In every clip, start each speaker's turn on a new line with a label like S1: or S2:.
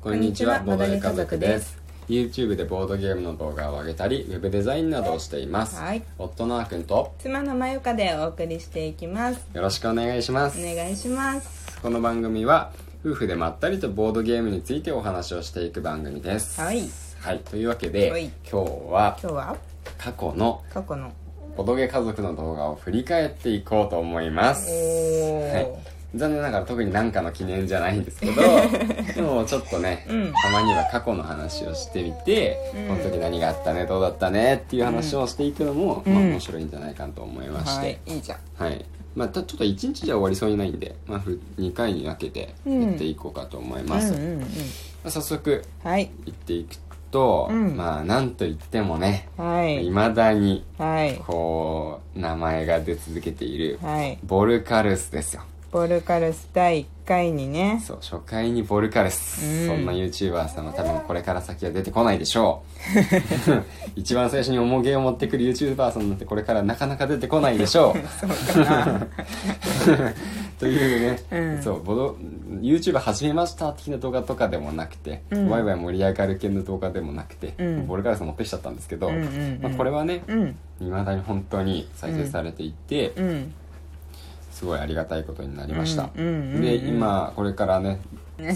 S1: こんにちは、
S2: こ
S1: ボ
S2: ん
S1: ー
S2: にちは
S1: ドゲー家族で
S2: ボ
S1: す。YouTube でボードゲームの動画を上げたり、ウェブデザインなどをしています。
S2: はい
S1: 夫のあーくんと、
S2: 妻のまゆかでお送りしていきます
S1: よろしくお願いします。
S2: お願いします
S1: この番組は、夫婦でまったりとボードゲームについてお話をしていく番組です。
S2: はい。
S1: はい、というわけで、
S2: はい
S1: 今日は
S2: 今日は
S1: 過去の
S2: 過去の
S1: ボードゲー家族の動画を振り返っていこうと思います。
S2: ー
S1: はい、残念ながら特に何かの記念じゃないん ですけどでもちょっとね、
S2: うん
S1: たまには過去の話をしてみて、
S2: うん
S1: この時何があったねどうだったねっていう話をしていくのも、
S2: うん
S1: まあ、
S2: うん
S1: 面白いんじゃないかと思いまし
S2: はい
S1: て、
S2: いいじゃん
S1: はいまあ、たちょっと1日じゃ終わりそうにないんで、まあ、ふ2回に分けてやっていこうかと思います、
S2: うんうんうん
S1: まあ早速
S2: はい
S1: 行っていくと、
S2: うん
S1: まあなんといってもね
S2: はい
S1: いまだに
S2: はい
S1: こう名前が出続けている
S2: はい
S1: ボルカルスですよ
S2: ボルカルス第1回にね
S1: そう初回にボルカルス、
S2: うん
S1: そんな YouTuber さんは多分これから先は出てこないでしょ う一番最初に重げを持ってくる YouTuber さんなんてこれからなかなか出てこないでし ょう
S2: そうかな
S1: というね、
S2: うん
S1: そうボド YouTube 始めました的な動画とかでもなくて、
S2: うん
S1: ワイワイ盛り上がる系の動画でもなくて、
S2: うん
S1: ボルカルス持ってきちゃったんですけど、
S2: うんうんうん
S1: まあ、これはね
S2: うん
S1: 未だに本当に再生されていて、
S2: うん
S1: すごいありがたいことになりました、
S2: うんうんうんうん
S1: で今これからね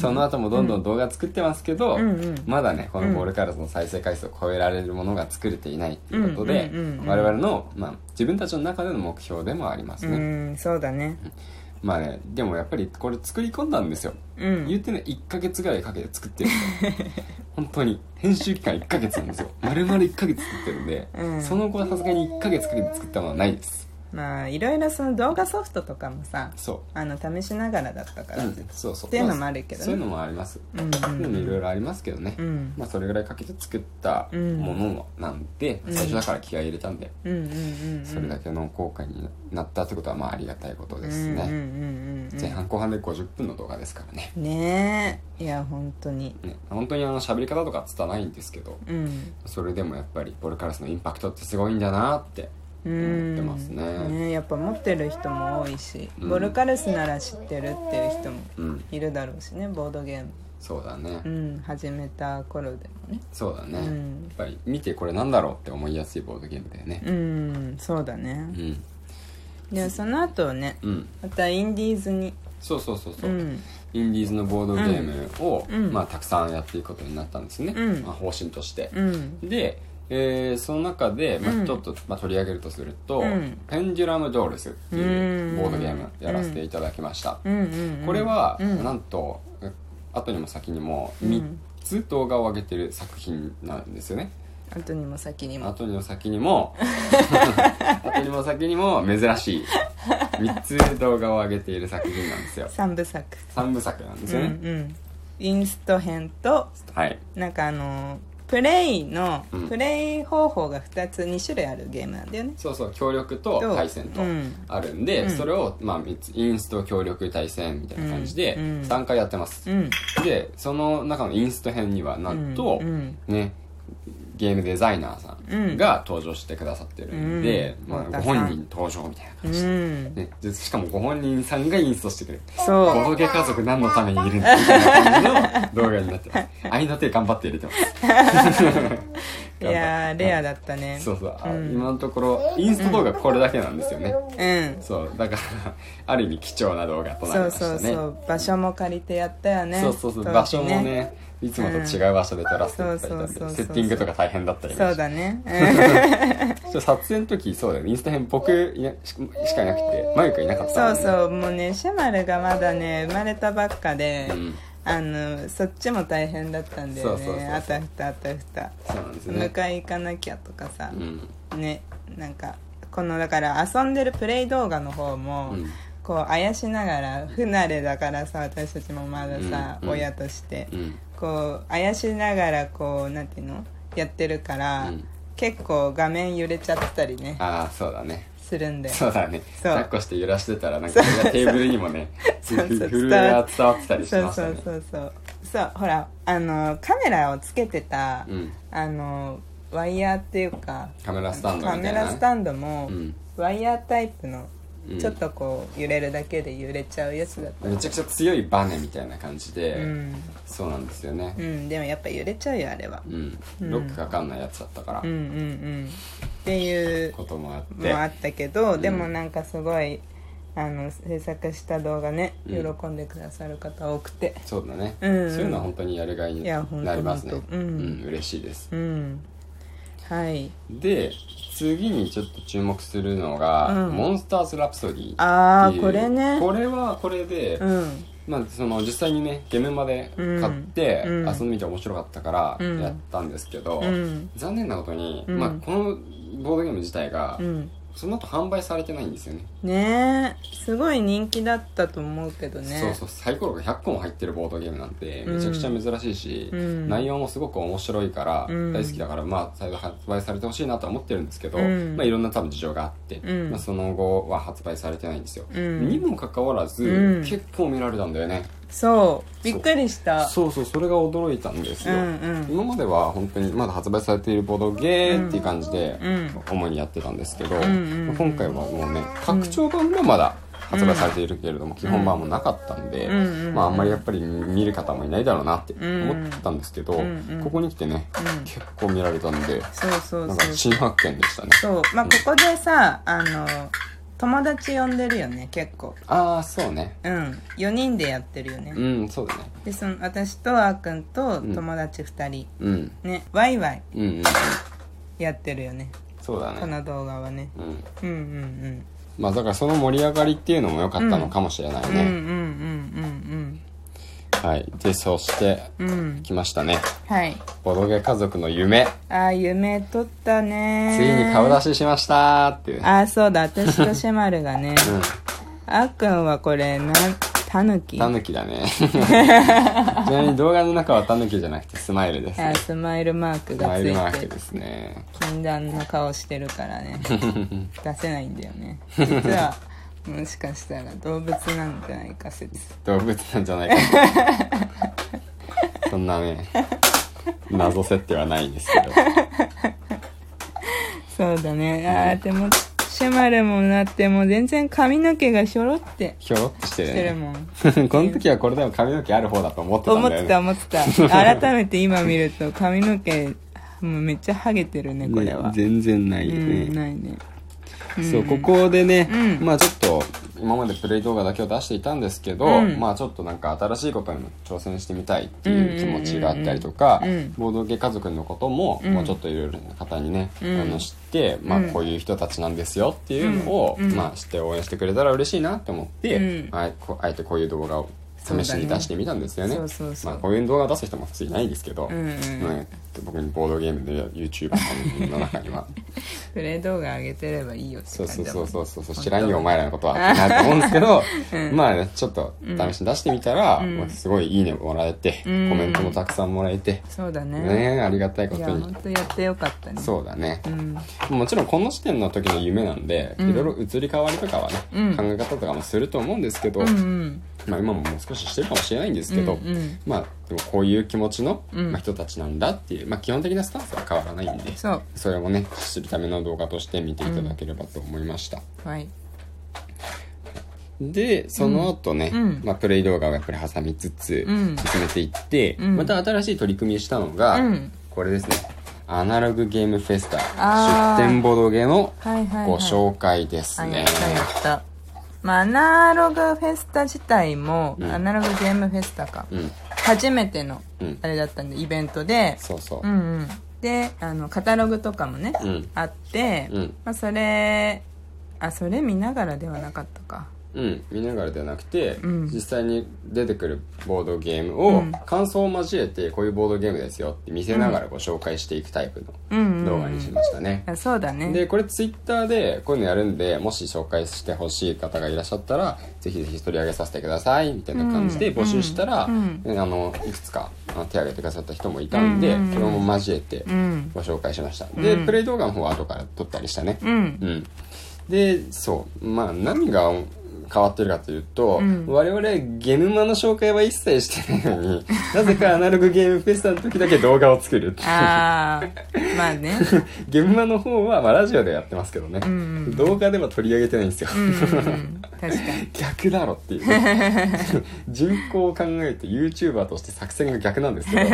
S1: その後もどんどん動画作ってますけど、
S2: うんうん
S1: まだねこのボールカラスの再生回数を超えられるものが作れていないっていうことで、
S2: うんうんうんうん
S1: 我々の、まあ、自分たちの中での目標でもありますね、
S2: うんそうだね
S1: まあねでもやっぱりこれ作り込んだんですよ、
S2: うん
S1: 言ってね1ヶ月ぐらいかけて作ってるんです よ本当に編集期間1ヶ月なんですよ丸々1ヶ月作ってるんで、
S2: うん
S1: その後はさすがに1ヶ月かけて作ったものはないです
S2: まあいろいろその動画ソフトとかもさ
S1: そう
S2: あの試しながらだったから
S1: うんそうそう
S2: っていうのもあるけどね
S1: そういうのもあります、
S2: うん
S1: そういうのもいろいろありますけどね、
S2: うん
S1: まあそれぐらいかけて作ったものなんで、
S2: うん
S1: 最初だから気合い入れたんで、
S2: うんうんうんうん
S1: それだけの効果になったってことはまあありがたいことです
S2: うんうん
S1: ね、
S2: うんうん
S1: 前半後半で50分の動画ですからね
S2: ねえいや本当に
S1: ね本当にあの喋り方とかつたないんですけど
S2: うん
S1: それでもやっぱりボルカラスのインパクトってすごいんだなって
S2: うん
S1: 思ってますね
S2: ねえやっぱ持ってる人も多いし、
S1: うん
S2: ボルカルスなら知ってるっていう人も
S1: うん
S2: いるだろうしねボードゲーム、
S1: そうだね、
S2: うん、始めた頃でもね
S1: そうだね、
S2: う
S1: や
S2: ん
S1: っ、ぱり見てこれなんだろうって思いやすいボードゲームだよね
S2: うん、そうだね
S1: うん
S2: でその後ね
S1: うん
S2: またインディーズに
S1: そうそうそうそうう、
S2: ん
S1: インディーズのボードゲームを、
S2: うんうん
S1: まあ、たくさんやっていくことになったんですね、
S2: うん
S1: まあ、方針として、
S2: うん
S1: で、えーその中で、ま
S2: う
S1: あ、
S2: ん
S1: ちょっと、まあ、取り上げるとすると、
S2: うん
S1: ペンデュラムドールスっていううんボードゲームやらせていただきました、
S2: うんうんうん
S1: これは、
S2: うん
S1: なんと後にも先にも
S2: うん
S1: 3つ動画を上げてる作品なんですよね、
S2: 後にも先にも
S1: 後にも先に も後にも先にも珍しい3つ動画を上げている作品なんですよ
S2: 三部作
S1: 3部作なんですよね、
S2: うんうん、インスト編と
S1: はい
S2: なんかあのプレイの、
S1: うん
S2: プレイ方法が2つ2種類あるゲームなんだよね
S1: そうそう協力と
S2: と
S1: 対戦と
S2: うん
S1: あるんで、
S2: うん
S1: それを、まあ、三つインスト協力対戦みたいな感じで
S2: うんうん
S1: 3回やってます、
S2: うん
S1: でその中のインスト編にはなんと、
S2: うん
S1: ねゲームデザイナーさんが登場してくださってるんで、
S2: うん
S1: まあ、ご
S2: 太田さん
S1: 本人登場みたいな
S2: う
S1: 感じで、
S2: ん
S1: ね、でしかもご本人さんがインストしてくれる「ボ
S2: そ
S1: ドゲ家族何のためにいるんだ」みたいな感じの動画になって ます愛の手頑張って入れてます
S2: ういやーレア
S1: だ
S2: だったね
S1: そうそう、あ
S2: うん
S1: 今のところインスト動画これだけなんですよね、
S2: うん
S1: そうだからある意味貴重な動画となり
S2: そ
S1: ま
S2: う
S1: した
S2: そう
S1: ね
S2: そう場所も借りてやったよね
S1: そうそうそう
S2: 当時
S1: 場所もねいつもと違う場所で撮らせていただいたん
S2: うん
S1: で
S2: そうそうそうそう
S1: セッティングとか大変だったりも
S2: そうだね
S1: ち
S2: うん
S1: ょっと撮影の時そうだよねインスタ編僕いなししかいなくてマユ君いな かったもん
S2: そう
S1: ね
S2: そうもうねシェマルがまだね生まれたばっかで、
S1: うん
S2: あのそっちも大変だったんだよね
S1: そうそうそうそう
S2: あたふたあたふた
S1: そうなんですね
S2: 迎え行かなきゃとかさ、
S1: うん
S2: ねなんかこのだから遊んでるプレイ動画の方も、
S1: うん
S2: こうあやしながら不慣れだからさ私たちもまださ、
S1: うんうん
S2: 親として、
S1: うん
S2: こうあやしながらこうなんていうのやってるから、
S1: うん
S2: 結構画面揺れちゃったりね
S1: ああそうだね
S2: するんで
S1: そうだね
S2: そう
S1: 抱っこして揺らしてたらなんかそれがテーブルにもね
S2: そうそうそう
S1: 震えが伝わってたりし
S2: そ
S1: ま
S2: う
S1: した
S2: そ
S1: ね
S2: うそうそうそうほらあのカメラをつけてた、
S1: うん
S2: あのワイヤーっていうか
S1: カメラスタンドみ
S2: カ
S1: たいな
S2: メラスタンドも、
S1: うん
S2: ワイヤータイプの
S1: うん
S2: ちょっとこう揺れるだけで揺れちゃうやつだった
S1: めちゃくちゃ強いバネみたいな感じで、
S2: うん、
S1: そうなんですよね
S2: うん、でもやっぱ揺れちゃうよあれは
S1: うん、ロックかかんないやつだったから、
S2: うんうんうんっていう
S1: こともあって
S2: もあったけど、
S1: ん
S2: でもなんかすごいあの制作した動画ね、
S1: うん
S2: 喜んでくださる方多くて
S1: そうだね、
S2: うん
S1: そういうのは本当にやるがいに
S2: いや本当
S1: なりますね
S2: 本当うん
S1: うん、嬉しいです
S2: うんはい
S1: で次にちょっと注目するのが「
S2: うん
S1: モンスターズ・ラプソディ」
S2: あーこれね
S1: これはこれで、
S2: うん
S1: まあ、その実際にねゲームまで買って
S2: うん
S1: 遊んでみて面白かったか
S2: う
S1: ら
S2: ん
S1: やったんですけど、
S2: うん
S1: 残念なことに、
S2: うん
S1: まあ、このボードゲーム自体が、
S2: うん
S1: その後販売されてないんですよね
S2: ねえすごい人気だったと思うけどね
S1: そうそうサイコロが100個も入ってるボードゲームなんて
S2: うん
S1: めちゃくちゃ珍しいし、
S2: うん
S1: 内容もすごく面白いから、
S2: うん
S1: 大好きだからまあ最後発売されてほしいなとは思ってるんですけど、
S2: うん
S1: まあ、いろんな多分事情があって、
S2: うん
S1: まあ、その後は発売されてないんですよ、
S2: うん
S1: にもかかわらず、
S2: うん
S1: 結構見られたんだよね
S2: そうびっくりした
S1: そうそうそれが驚いたんですよ、
S2: うんうん
S1: 今までは本当にまだ発売されているボードゲーっていう感じで
S2: うん
S1: 主にやってたんですけど、
S2: んうんうん
S1: 今回はもうね拡張版がまだ発売されているけれども、基本版もなかったんで、
S2: うんうんうん
S1: まあ、あんまりやっぱり見る方もいないだろうなって思ってたんですけど、
S2: うんうん
S1: ここに来てね、
S2: うん
S1: 結構見られたんで
S2: そうそう
S1: なんか
S2: そう
S1: 新発見でしたね
S2: そうまあここでさあの友達呼んでるよね結構
S1: ああそうね
S2: うん4人でやってるよね
S1: うんそうだね
S2: でその私とあーくんと友達2人、
S1: うん
S2: ねワイワイ
S1: うんうん
S2: やってるよね
S1: そうだ
S2: こ
S1: ね
S2: の動画はね
S1: うん
S2: うんうん
S1: まあだからその盛り上がりっていうのも良かったのかもしれない
S2: うん、
S1: ね、
S2: うんうん
S1: はいでそして
S2: うんうんうん
S1: 来ましたね
S2: はい
S1: ボドゲ家族の夢
S2: あー夢取ったね
S1: ついに顔出ししましたーっていうね
S2: あーそうだ私とシェマルがね、
S1: うん
S2: あーくんはこれなんタヌキ
S1: タ
S2: あ
S1: ヌキだ ねちなみに動画の中はタヌキじゃなくてスマイルですね
S2: ースマイルマーク
S1: スマ
S2: が
S1: イ
S2: つ
S1: ルマー
S2: い
S1: ク
S2: て
S1: ですね
S2: 禁断の顔してるから ね出せないんだよね実はもしかしたら動物なんじゃないか説
S1: 動物なんじゃないか なそんなね謎設定はないんですけど
S2: そうだねあーでもシェマルもなってもう全然髪の毛がひょろって
S1: ひょろっとしてる
S2: してる
S1: ね
S2: もん
S1: この時はこれでも髪の毛ある方だと思ってたん
S2: 思っ
S1: だよ
S2: て
S1: ね
S2: た思ってた 改めて今見ると髪の毛もうめっちゃハゲてるねこれは、
S1: ね全然ないよ
S2: う
S1: ね、
S2: んないね
S1: そうここでね、
S2: うん
S1: まあちょっと今までプレイ動画だけを出していたんですけど、
S2: うん
S1: まあちょっとなんか新しいことにも挑戦してみたいっていう気持ちがあったりとか、
S2: うんうんうんうん
S1: ボードゲ家族のことも、
S2: ん
S1: まあちょっといろいろな方にね、
S2: うん
S1: あの知って、まあ、
S2: うん
S1: こういう人たちなんですよっていうのを、
S2: うんうん
S1: まあ、知って応援してくれたら嬉しいなって思って、
S2: うん
S1: あえこあえてこういう動画を試しに出してみたんですよね。
S2: そうそうそう
S1: まあ、こういう動画を出す人も普通いないですけど、
S2: うんうん
S1: ね僕にボードゲームで YouTuber さんの中には。
S2: プレイ動画上げてればいいよって
S1: そ
S2: 感
S1: う
S2: じ
S1: そう
S2: だ
S1: そ
S2: も
S1: うんそうそう知らんよお前らのことはってなると思うんですけ ど、まあねちょっと試しに出してみたら、
S2: ん
S1: まあすごいいいねもらえて、
S2: うん
S1: コメントもたくさんもらえて、
S2: そうだね
S1: ねありがたいこ
S2: い
S1: と
S2: や
S1: に
S2: 本当やってよかったね
S1: そうだね
S2: う、ん
S1: もちろんこの時点の時の夢なんで、いろいろ移り変わりとかはね、
S2: うん
S1: 考え方とかもすると思うんですけど、
S2: うんうん
S1: まあ、今ももう少ししてるかもしれないんですけど、
S2: うんうん
S1: まあでもこういう気持ちの、
S2: うん
S1: まあ、人たちなんだっていう、まあ、基本的なスタンスは変わらないんで
S2: そ
S1: それもね知るための動画として見ていただければと思いました、
S2: うはい
S1: でその後ね、
S2: うん
S1: まあ、プレイ動画をやっぱり挟みつつ
S2: うん
S1: 進めていって、
S2: ん
S1: また新しい取り組みしたのが、
S2: うん
S1: これですねアナログゲームフェスタ
S2: あー
S1: 出展ボドゲの
S2: はいはいはい
S1: ご紹介です
S2: あや
S1: ね
S2: っ、たやったまあアナログフェスタ自体も、
S1: ん
S2: アナログゲームフェスタか、
S1: うん
S2: 初めての
S1: うん
S2: あれだったんでイベントで
S1: そうそう
S2: う、んうんであのカタログとかもね、
S1: うん
S2: あって、
S1: うん
S2: まあ、それあそれ見ながらではなかったか
S1: うん、見ながらではなくて、
S2: ん
S1: 実際に出てくるボードゲームを
S2: うん
S1: 感想を交えてこういうボードゲームですよって見せながらご紹介していくタイプ
S2: うんうんう
S1: の
S2: ん
S1: 動画にしましたね、
S2: あそうだね
S1: でこれツイッターでこういうのやるんでもし紹介してほしい方がいらっしゃったらぜひぜひ取り上げさせてくださいみたいな感じで募集したら、
S2: うん
S1: ねあのいくつかあの手挙げてくださった人もいたんで、
S2: うん
S1: それも交えて
S2: うん
S1: ご紹介しました、でプレイ動画の方は後から撮ったりしたね
S2: うん
S1: うん、でそうまあ何が変わってるかというと、
S2: うん
S1: 我々ゲームマの紹介は一切してないのに、なぜかアナログゲームフェスタの時だけ動画を作るっていう
S2: あ ーまあね
S1: ゲームマの方は、まあ、ラジオでやってますけどね、
S2: うんうん
S1: 動画では取り上げてないんですよ、
S2: うんうんうん確かに
S1: 逆だろっていう 人口を考えて YouTuber として作戦が逆なんです けど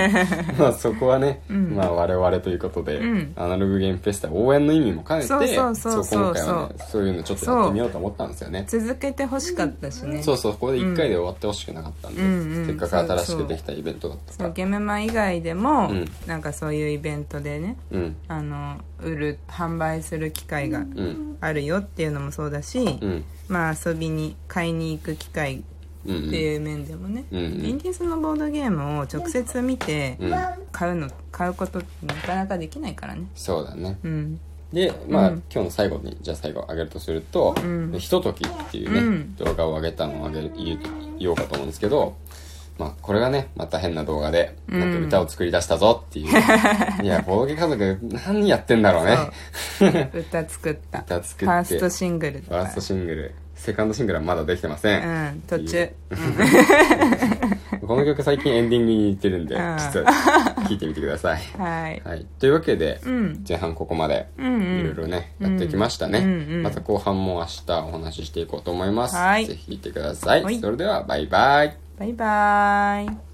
S1: まあそこはね、
S2: うん
S1: まあ我々ということで、
S2: うん
S1: アナログゲームフェスタ応援の意味も兼ねて
S2: そうそうそう
S1: そう今回はね
S2: そ
S1: そういうのちょっとやってみようと思ったんですよね
S2: 続けてほしかったしね
S1: そうそうここで1回で終わってほしくなかったんで、
S2: うんうん
S1: せっかく新しくできたイベントだった
S2: そ
S1: か
S2: う
S1: ら
S2: ゲメマ以外でも、
S1: うん
S2: なんかそういうイベントでね
S1: うん
S2: あの売る販売する機会が
S1: うん
S2: あるよっていうのもそうだし、
S1: うん
S2: まあ遊びに買いに行く機会っ
S1: うんうん
S2: ていう面でもね、
S1: うんうん
S2: インディーズのボードゲームを直接見て
S1: うん
S2: 買うの買うことってなかなかできないからね
S1: そうだね
S2: うん
S1: でまあ、
S2: うん
S1: 今日の最後にじゃあ最後上げるとすると「
S2: うん
S1: ひととき」っていうね、
S2: うん
S1: 動画を上げたのを上げ言う言おうかと思うんですけど、まあ、これがねまた変な動画で
S2: うん
S1: なんか歌を作り出したぞって いう、いやボーゲ家族何やってんだろうね
S2: そう歌作った
S1: 歌作って
S2: ファーストシングルと
S1: ファ
S2: か
S1: ーストシングルセカンドシングルはまだできてません、
S2: うん途中
S1: この曲最近エンディングに似てるんで、
S2: うん
S1: 実は聴いてみてください、
S2: はい
S1: はい、というわけで、
S2: うん
S1: 前半ここまでい
S2: うんうん
S1: ろいろね、やってきましたね、
S2: うんうん
S1: また後半も明日お話ししていこうと思います、
S2: はい
S1: ぜひ聞いてくださ
S2: はい
S1: いそれではバイバイ
S2: バイバーイ